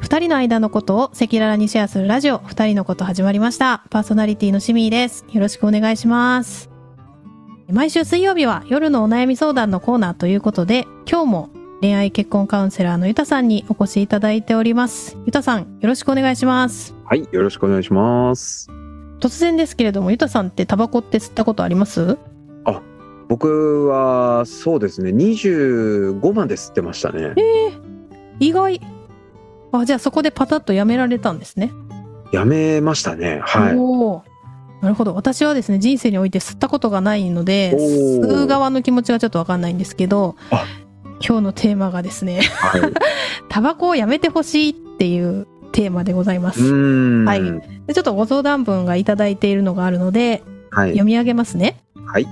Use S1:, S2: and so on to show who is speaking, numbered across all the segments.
S1: 二人の間のことを赤裸々にシェアするラジオ、二人のこと始まりました。パーソナリティのシミーです。よろしくお願いします。毎週水曜日は夜のお悩み相談のコーナーということで、今日も恋愛結婚カウンセラーのゆたさんにお越しいただいております。ゆたさん、よろしくお願いします。
S2: はい、よろしくお願いします。
S1: 突然ですけれども、ゆたさんってタバコって吸ったことあります
S2: 僕は、そうですね、25まで吸ってましたね。
S1: 意外。あ、じゃあそこでパタッとやめられたんですね。
S2: やめましたね。はい。
S1: おーなるほど私はですね人生において吸ったことがないので
S2: おー
S1: 吸う側の気持ちがちょっと分かんないんですけど
S2: あ
S1: 今日のテーマがですね
S2: はい、う
S1: タバコをやめてほしいっていうテーマでございます、
S2: ーん。
S1: は
S2: はいい。
S1: でちょっとご相談文がいただいているのがあるので
S2: はい。
S1: 読み上げますね
S2: はい。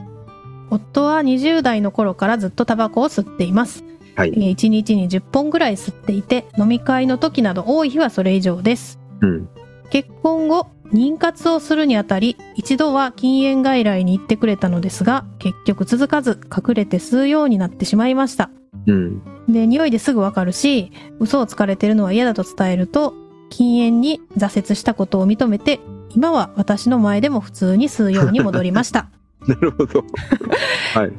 S1: 夫は20代の頃からずっとタバコを吸っています、
S2: は
S1: え
S2: い。
S1: ー1日に10本ぐらい吸っていて飲み会の時など多い日はそれ以上です
S2: うん。
S1: 結婚後妊活をするにあたり一度は禁煙外来に行ってくれたのですが結局続かず隠れて吸うようになってしまいました
S2: うん。
S1: で匂いですぐわかるし嘘をつかれてるのは嫌だと伝えると禁煙に挫折したことを認めて今は私の前でも普通に吸うように戻りました
S2: なるほ ど。はい。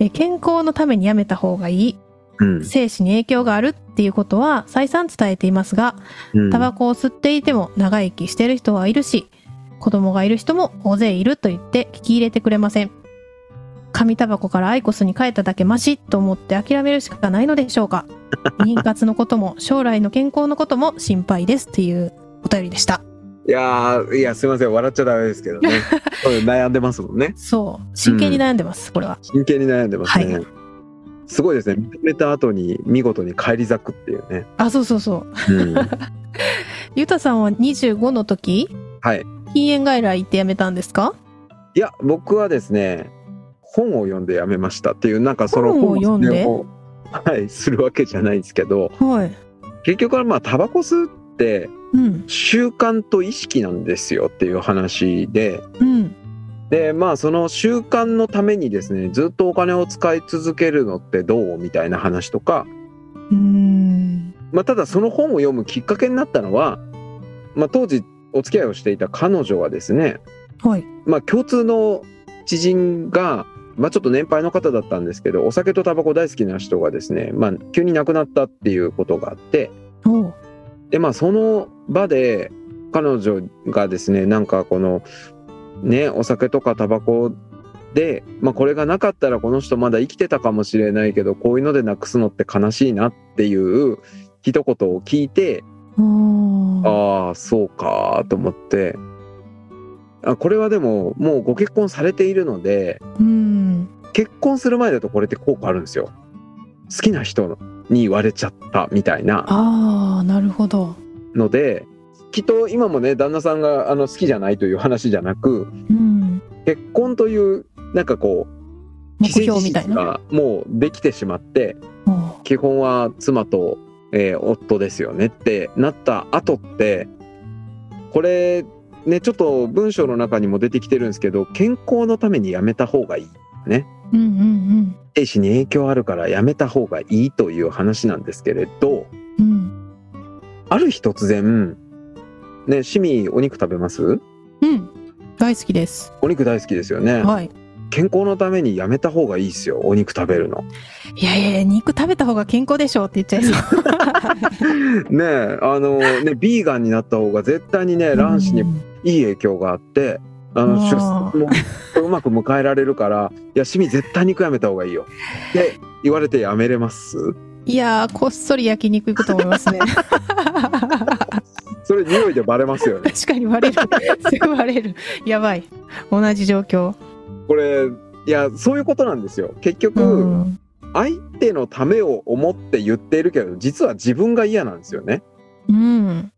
S1: え健康のためにやめた方がいい
S2: うん。
S1: 精子に影響があるっていうことは再三伝えていますが
S2: うん
S1: タバコを吸っていても長生きしてる人はいるし、子供がいる人も大勢いると言って聞き入れてくれません。紙タバコからアイコスに変えただけマシと思って諦めるしかないのでしょうか。妊活のことも将来の健康のことも心配ですっていうお便りでした。
S2: いやー、いや、すいません。笑っちゃダメですけ どね。そう悩んでますもんね。
S1: そう。真剣に悩んでます、これは。
S2: 真剣に悩んでますね。
S1: は
S2: すごいですね。認めた後に見事に返り咲くっていうね。
S1: あ、そうそうそう。
S2: うん。
S1: ゆたさんは25の時、
S2: はい。
S1: 禁煙外来行ってやめたんですか
S2: いや僕はですね本を読んでやめましたっていうなんかその
S1: 本を読んで
S2: 本をはい、するわけじゃないんですけど
S1: はい。
S2: 結局はまあタバコ吸うって
S1: うん。
S2: 習慣と意識なんですよっていう話で
S1: うん。
S2: でまあその習慣のためにですねずっとお金を使い続けるのってどうみたいな話とか、
S1: うーん。
S2: まあ、ただその本を読むきっかけになったのは、まあ、当時お付き合いをしていた彼女はですね、
S1: はい。
S2: まあ、共通の知人が、まあ、ちょっと年配の方だったんですけどお酒とタバコ大好きな人がですね、まあ、急に亡くなったっていうことがあって
S1: おう。
S2: で、まあ、その場で彼女がですねなんかこのねお酒とかタバコで、まあ、これがなかったらこの人まだ生きてたかもしれないけどこういうのでなくすのって悲しいなっていう一言を聞いて
S1: あー
S2: ああそうかと思ってあこれはでももうご結婚されているので
S1: うん。
S2: 結婚する前だとこれって効果あるんですよ好きな人に言われちゃったみたいな
S1: ああ、なるほど。
S2: のできっと今もね旦那さんがあの好きじゃないという話じゃなく
S1: うん。
S2: 結婚というなんかこう
S1: 目標みたい
S2: 既成事実
S1: な。
S2: がもうできてしまって
S1: お
S2: 基本は妻と、えー夫ですよねってなった後ってこれねちょっと文章の中にも出てきてるんですけど健康のためにやめた方がいい
S1: うんうん
S2: 精子に影響あるからやめた方がいいという話なんですけれど
S1: うん。うん。
S2: ある日突然ね趣味お肉食べます
S1: うん。大好きです。
S2: お肉大好きですよね
S1: はい。
S2: 健康のためにやめた方がいいですよお肉食べるの
S1: いやいや、肉食べた方が健康でしょうって言っちゃいそう。
S2: ねえあの ねビーガンになった方が絶対にね卵子にいい影響があってあの
S1: あー
S2: 出産もうまく迎えられるから「いや趣味絶対肉やめた方がいいよ」って言われてやめれます
S1: いやー、こっそり焼肉行くと思います ね。
S2: それ匂いでバレま すよね
S1: 確かに割れる。すぐ割れる。やばい。同じ状況。
S2: これいやそういうことなんですよ結局、
S1: うん。
S2: 相手のためを思って言っているけど実は自分が嫌なんですよね
S1: うん。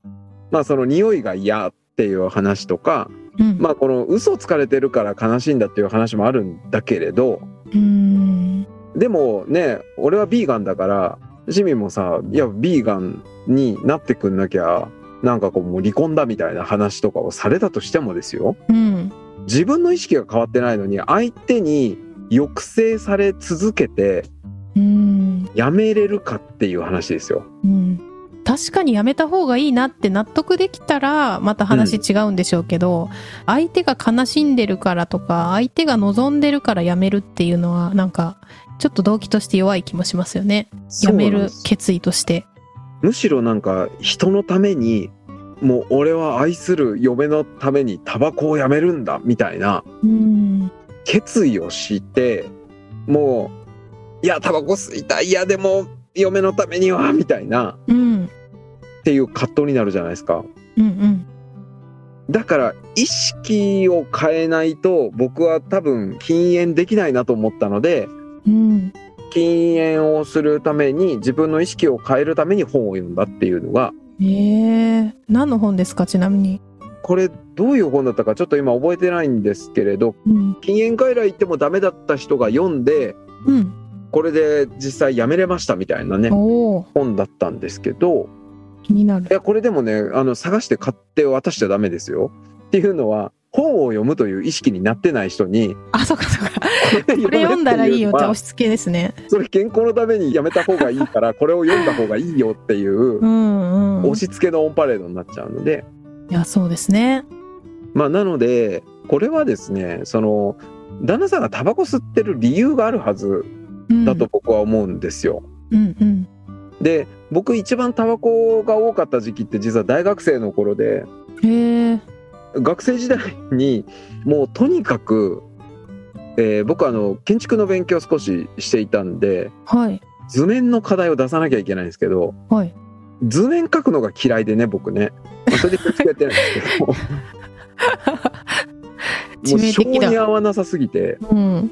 S2: まあその匂いが嫌っていう話とか
S1: うん。
S2: まあこの嘘をつかれてるから悲しいんだっていう話もあるんだけれど
S1: うん。
S2: でもね俺はビーガンだから市民もさいやビーガンになってくんなきゃなんかこうもう離婚だみたいな話とかをされたとしてもですよ
S1: うん。
S2: 自分の意識が変わってないのに相手に抑制され続けて
S1: うん。
S2: やめれるかっていう話ですよ。
S1: うん。確かにやめた方がいいなって納得できたらまた話違うんでしょうけど、相手が悲しんでるからとか相手が望んでるからやめるっていうのはなんかちょっと動機として弱い気もしますよねやめ
S2: そうなん
S1: る
S2: です
S1: 決意として
S2: むしろなんか人のためにもう俺は愛する嫁のためにタバコをやめるんだみたいな
S1: うん
S2: 決意をしてもういやタバコ吸いたいいやでも嫁のためにはみたいな
S1: うん
S2: っていう葛藤になるじゃないですか
S1: うんうん
S2: だから意識を変えないと僕は多分禁煙できないなと思ったので
S1: うん
S2: 禁煙をするために自分の意識を変えるために本を読んだっていうのが
S1: えー、何の本ですかちなみに、
S2: これどういう本だったかちょっと今覚えてないんですけれど
S1: うん、
S2: 禁煙外来行ってもダメだった人が読んで
S1: うん
S2: これで実際やめれましたみたいなね
S1: おお
S2: 本だったんですけど
S1: 気になる
S2: いやこれでもねあの探して買って渡しちゃダメですよっていうのは本を読むという意識になってない人に
S1: あそっかそっか
S2: こ
S1: これ読んだらいいよ
S2: っ
S1: じゃ
S2: てうの
S1: あ
S2: は
S1: 押し付けですね
S2: それ健康のためにやめた方がいいからこれを読んだ方がいいよっていう
S1: うんうん
S2: 押し付けのオンパレードになっちゃうので
S1: いやそうですね
S2: まあなのでこれはですねその旦那さんがタバコ吸ってる理由があるはず
S1: うん
S2: だと僕は思うんですよ。
S1: うんうん
S2: で僕一番タバコが多かった時期って実は大学生の頃で
S1: へえ
S2: 学生時代にもうとにかく、えー僕あの建築の勉強少ししていたんで
S1: はい
S2: 図面の課題を出さなきゃいけないんですけど
S1: はい
S2: 図面書くのが嫌いでね僕ね、まあそれで建築やってないんで すけどもう
S1: 致命
S2: 性
S1: 的だ
S2: に合わなさすぎて
S1: うん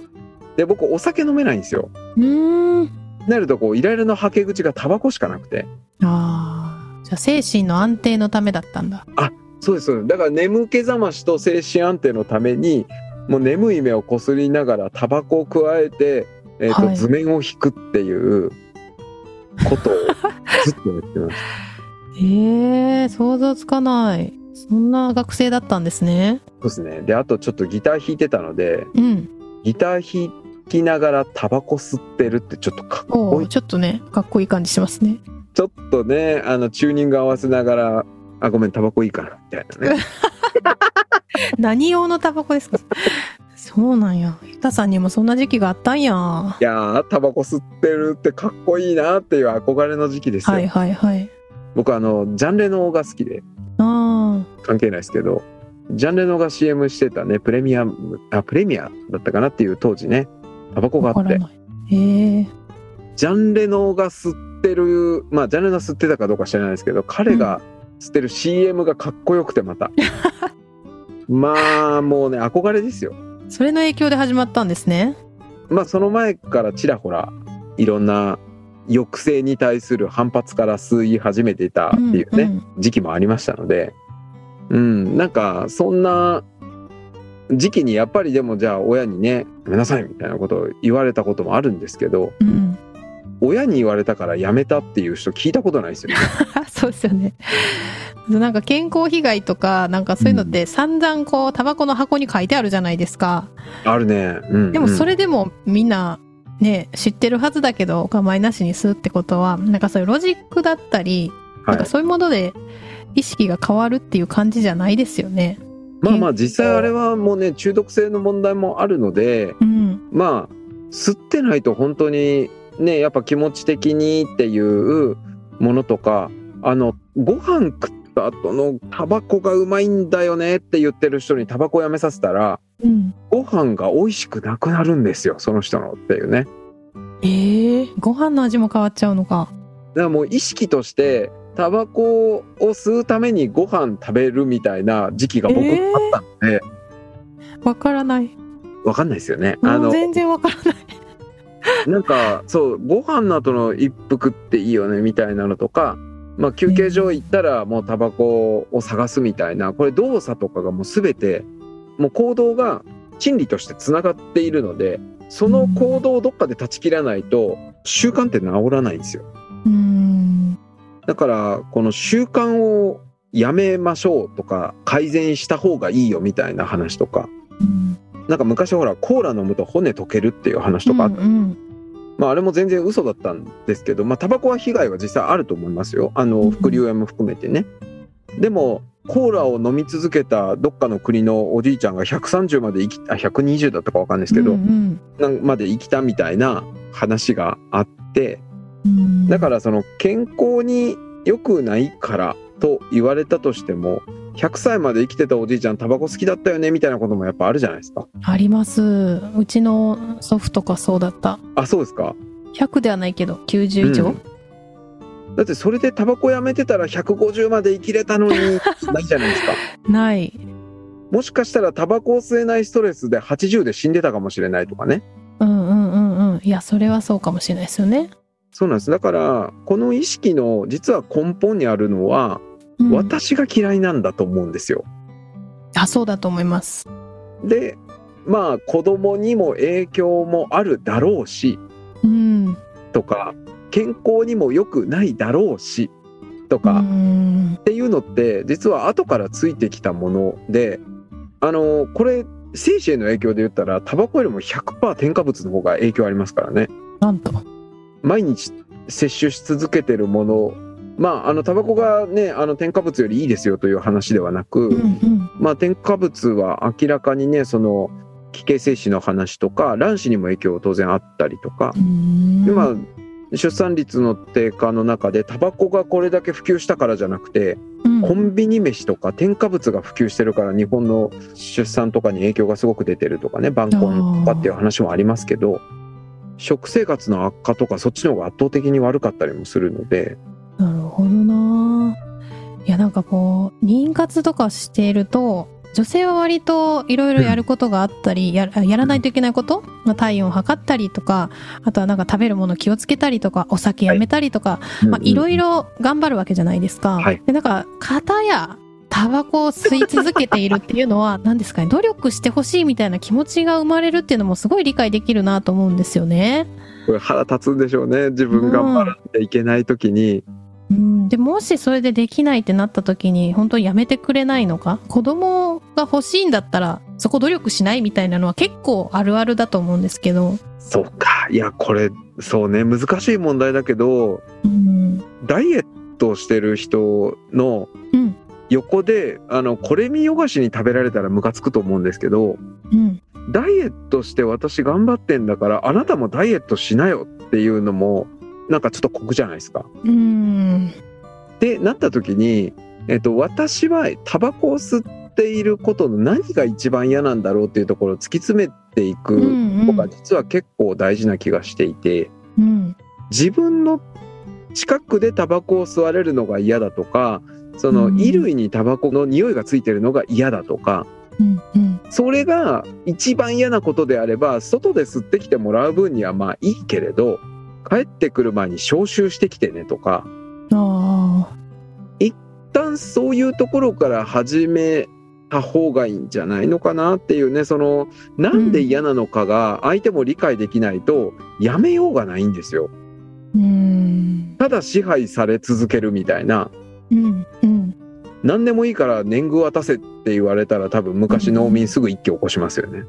S2: で僕お酒飲めないんですよ。
S1: うーん
S2: なるとこうイライラのはけ口がタバコしかなくて
S1: あーじゃあ精神の安定のためだったんだ
S2: そうですそうですだから眠気覚ましと精神安定のためにもう眠い目をこすりながらタバコを加えて、えーと
S1: はい
S2: 図面を引くっていうことをずっとやって ました
S1: えー、想像つかないそんな学生だったんですね
S2: そうですねであとちょっとギター弾いてたので
S1: うん
S2: ギター弾きながらタバコ吸ってるってちょっとかっ
S1: お
S2: こい
S1: お
S2: い
S1: ちょっとねかっこいい感じしますね
S2: ちょっとねあのチューニング合わせながらあごめんタバコいいかなみたいなね
S1: 何用のタバコですか そうなんやゆたさんにもそんな時期があったんやはい
S2: やータバコ吸ってるってかっこいいなっていう憧れの時期ですよ、
S1: いはいはい
S2: 僕あのジャンレノが好きで
S1: あ
S2: 関係ないですけどジャンレノが CM してたねプレミアムあプレミアだったかなっていう当時ねタバ
S1: あ
S2: コ
S1: わ
S2: があ
S1: か
S2: っ
S1: ら
S2: て
S1: ないえー、
S2: ジャンレノが吸ってるまあジャンレノ吸ってたかどうか知らないですけど彼が吸ってる CM がかっこよくて また、まあもうね憧れですよ
S1: それの影響で始まったんですね
S2: まあその前からちらほらいろんな抑制に対する反発から吸い始めていたっていうね、
S1: ん
S2: 時期もありましたので、うん、なんかそんな時期にやっぱりでもじゃあ親にね「やめなさい」みたいなことを言われたこともあるんですけど
S1: うん、うん
S2: 親に言われたからやめたっていう人聞いたことないです よね。
S1: あそうですよね。なんか健康被害とかなんかそういうのって散々こうタバコの箱に書いてあるじゃないですか。
S2: あるね。うんうん
S1: でもそれでもみんなね知ってるはずだけどお構いなしに吸うってことはなんかそういうロジックだったり、な
S2: は
S1: んか
S2: い、
S1: そういうもので意識が変わるっていう感じじゃないですよね。
S2: まあまあ実際あれはもうね中毒性の問題もあるので
S1: うん。
S2: まあ吸ってないと本当にねやっぱ気持ち的にっていうものとかあのご飯食った後のタバコがうまいんだよねって言ってる人にタバコやめさせたら
S1: うん。
S2: ご飯が美味しくなくなるんですよその人のっていうねだか
S1: ええご飯の味も変わっちゃうのか。
S2: らもう意識としてタバコを吸うためにご飯食べるみたいな時期が僕もあったので、
S1: わからない。
S2: わかんないですよねあ
S1: もう
S2: の
S1: 全然わからない。
S2: なんかそうご飯の後の一服っていいよねみたいなのとか、まあ、休憩所行ったらもうタバコを探すみたいなこれ動作とかがもう全てもう行動が心理としてつながっているのでその行動をどっかで断ち切らないと習慣って治らないんですよ
S1: うん。
S2: だからこの習慣をやめましょうとか改善した方がいいよみたいな話とか
S1: うん
S2: なんか昔ほらコーラ飲むと骨溶けるっていう話とかあった
S1: うんうん
S2: まあ、あれも全然嘘だったんですけど、まあ、タバコは被害は実際あると思いますよあ
S1: うん
S2: の副流煙も含めてね。でもコーラを飲み続けたどっかの国のおじいちゃんが130まで生きあ120だったかわかんないですけど、
S1: うん
S2: なんまで生きたみたいな話があって
S1: うん
S2: だからその健康に良くないからと言われたとしても100歳まで生きてたおじいちゃんタバコ好きだったよねみたいなこともやっぱあるじゃないですか。
S1: ありますうちの祖父とかそうだった
S2: あそうですか
S1: 100ではないけど90以上、
S2: うんだってそれでタバコやめてたら150まで生きれ たのにないじゃないですか
S1: ない
S2: もしかしたらタバコを吸えないストレスで80で死んでたかもしれないとかね
S1: うんうんうんうんいやそれはそうかもしれないですよね、
S2: そうなんですだからこの意識の実は根本にあるのは、
S1: うん、
S2: 私が嫌いなんだと思うんですよ
S1: あそうだと思います
S2: でまあ子供にも影響もあるだろうし
S1: うん
S2: とか健康にも良くないだろうしとか、
S1: うん
S2: っていうのって実は後からついてきたものであのこれ精子への影響で言ったらタバコよりも100%添加物の方が影響ありますからね
S1: なんと
S2: 毎日摂取し続けてるものまああのタバコがねあの添加物よりいいですよという話ではなく、
S1: うん
S2: まあ添加物は明らかにねその奇形精子の話とか卵子にも影響当然あったりとか
S1: う、ん
S2: でまあ出産率の低下の中でタバコがこれだけ普及したからじゃなくて
S1: うん
S2: コンビニ飯とか添加物が普及してるから日本の出産とかに影響がすごく出てるとかね晩婚とかっていう話もありますけど食生活の悪化とかそっちの方が圧倒的に悪かったりもするので
S1: なるほどないやなんかこう妊活とかしていると女性は割といろいろやることがあったり、ややらないといけないこと、まあ体温を測ったりとかあとはなんか食べるもの気をつけたりとかお酒やめたりとか、まあ、いろいろ頑張るわけじゃないですか。
S2: はい
S1: でなんか片やタバコを吸い続けているっていうのは何ですかね努力してほしいみたいな気持ちが生まれるっていうのもすごい理解できるなと思うんですよね。
S2: これ腹立つんでしょうね自分頑張らなきゃいけない時に
S1: うん、でもしそれでできないってなった時に本当にやめてくれないのか子供が欲しいんだったらそこ努力しないみたいなのは結構あるあるだと思うんですけど、
S2: そうかいやこれそうね難しい問題だけど
S1: うん
S2: ダイエットをしてる人の
S1: うん
S2: 横であのこれ見よがしに食べられたらムカつくと思うんですけど。
S1: うん、
S2: ダイエットして私頑張ってんだからあなたもダイエットしなよっていうのもなんかちょっと酷じゃないですか。
S1: うん、
S2: でなった時に、えっと、私はタバコを吸っていることの何が一番嫌なんだろうっていうところを突き詰めて
S1: うん、
S2: い
S1: う
S2: くのが
S1: ん
S2: 実は結構大事な気がしていて
S1: うん、
S2: 自分の近くでタバコを吸われるのが嫌だとかその
S1: うん
S2: 衣類にタバコの匂いがついてるのが嫌だとか
S1: うん、うん、
S2: それが一番嫌なことであれば外で吸ってきてもらう分にはまあいいけれど帰ってくる前に消臭してきてねとか
S1: ああ、
S2: 一旦そういうところから始めた方がいいんじゃないのかなっていうねそのなんで嫌なのかが相手も理解できないとやめようがないんですよ
S1: うん、
S2: ただ支配され続けるみたいな
S1: うん、うん、
S2: 何でもいいから年貢渡せって言われたら多分昔農民すぐ一挙起こしますよね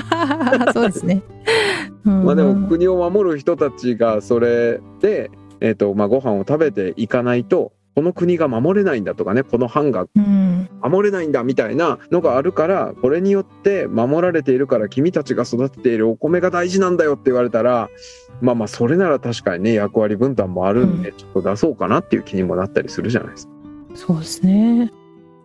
S1: そうですね。うん
S2: まあでも国を守る人たちがそれで、えーとまあ、ご飯を食べていかないとこの国が守れないんだとかねこの藩が
S1: うん、
S2: 守れないんだみたいなのがあるからこれによって守られているから君たちが育てているお米が大事なんだよって言われたらまあまあそれなら確かにね役割分担もあるんでちょっと出そうかなっていう気にもなったりするじゃないですか。
S1: そうですね。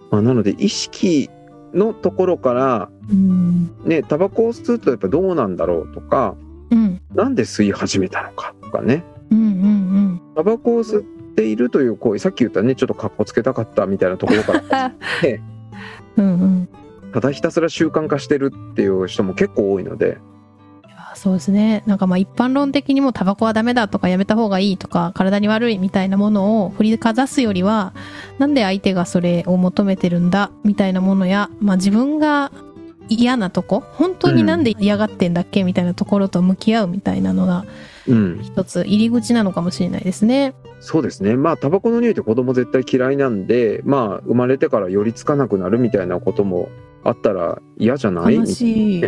S2: まあ、なので意識のところから
S1: うん、
S2: ねタバコを吸うとやっぱどうなんだろうとか
S1: うん、
S2: なんで吸い始めたのかとかね
S1: うん、うん、
S2: タバコを吸っているという行為さっき言ったねちょっとかっこつけたかったみたいなところか ら
S1: うん、うん、うん。
S2: ただひたすら習慣化してるっていう人も結構多いので
S1: あそうですねなんかまあ一般論的にもタバコはダメだとかやめた方がいいとか体に悪いみたいなものを振りかざすよりはなんで相手がそれを求めてるんだみたいなものや、まあ、自分が嫌なとこ本当になんで嫌がってんだっけみたいなところと向き合うみたいなのが
S2: うん
S1: 一つ入り口なのかもしれないですね。
S2: そうですねまあタバコの匂いって子供絶対嫌いなんでまあ生まれてから寄りつかなくなるみたいなこともあったら嫌じゃない
S1: 悲しい。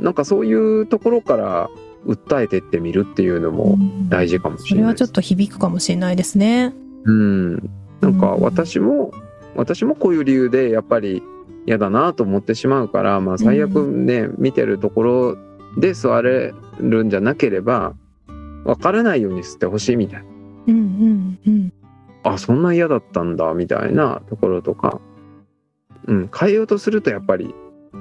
S2: なんかそういうところから訴えてってみるっていうのも大事かもし
S1: それ
S2: れない
S1: は
S2: です
S1: ちょっと響くかもしれないですね。
S2: うん、なんか私も、私もこういう理由でやっぱり嫌だなと思ってしまうから、まあ、最悪ね、見てるところで座れるんじゃなければ分からないように吸ってほしいみたいな
S1: うんうんうん。
S2: あそんな嫌だったんだみたいなところとか、うん、変えようとするとやっぱり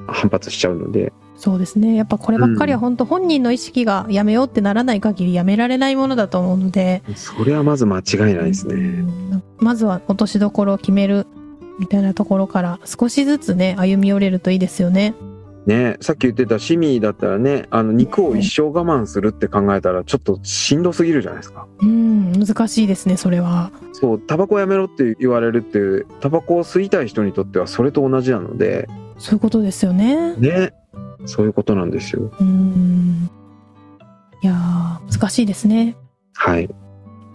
S2: 反発しちゃうので
S1: そうですね。やっぱこればっかりは本当本人の意識がやめようってならない限りやめられないものだと思うので。
S2: それはまず間違いないですね。
S1: うんまずは落としどころを決めるみたいなところから少しずつね、歩み寄れるといいですよね。
S2: ねさっき言ってたシミだったらねあの肉を一生我慢するって考えたらちょっとしんどすぎるじゃないですか。
S1: うん、難しいですね、それは。
S2: そうタバコやめろって言われるってタバコを吸いたい人にとってはそれと同じなので
S1: そういうことですよね。
S2: ねそういうことなんですよ
S1: うん。いやー、難しいですね。
S2: はい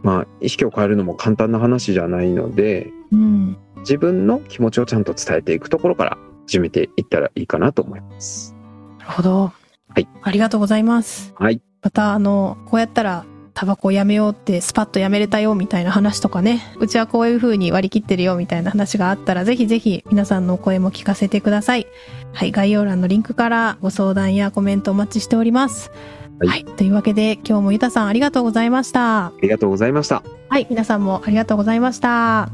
S2: まあ意識を変えるのも簡単な話じゃないので
S1: うん。
S2: 自分の気持ちをちゃんと伝えていくところから始めていったらいいかなと思います
S1: なるほど。
S2: はい。
S1: ありがとうございます。
S2: はい
S1: また、あの、こうやったら、タバコやめようって、スパッとやめれたよ、みたいな話とかね。うちはこういう風に割り切ってるよ、みたいな話があったら、ぜひぜひ、皆さんのお声も聞かせてください。はい。概要欄のリンクから、ご相談やコメントお待ちしております。
S2: はい
S1: はい。というわけで、今日もゆたさんありがとうございました
S2: あ。りがとうございました
S1: はい。皆さんもありがとうございました。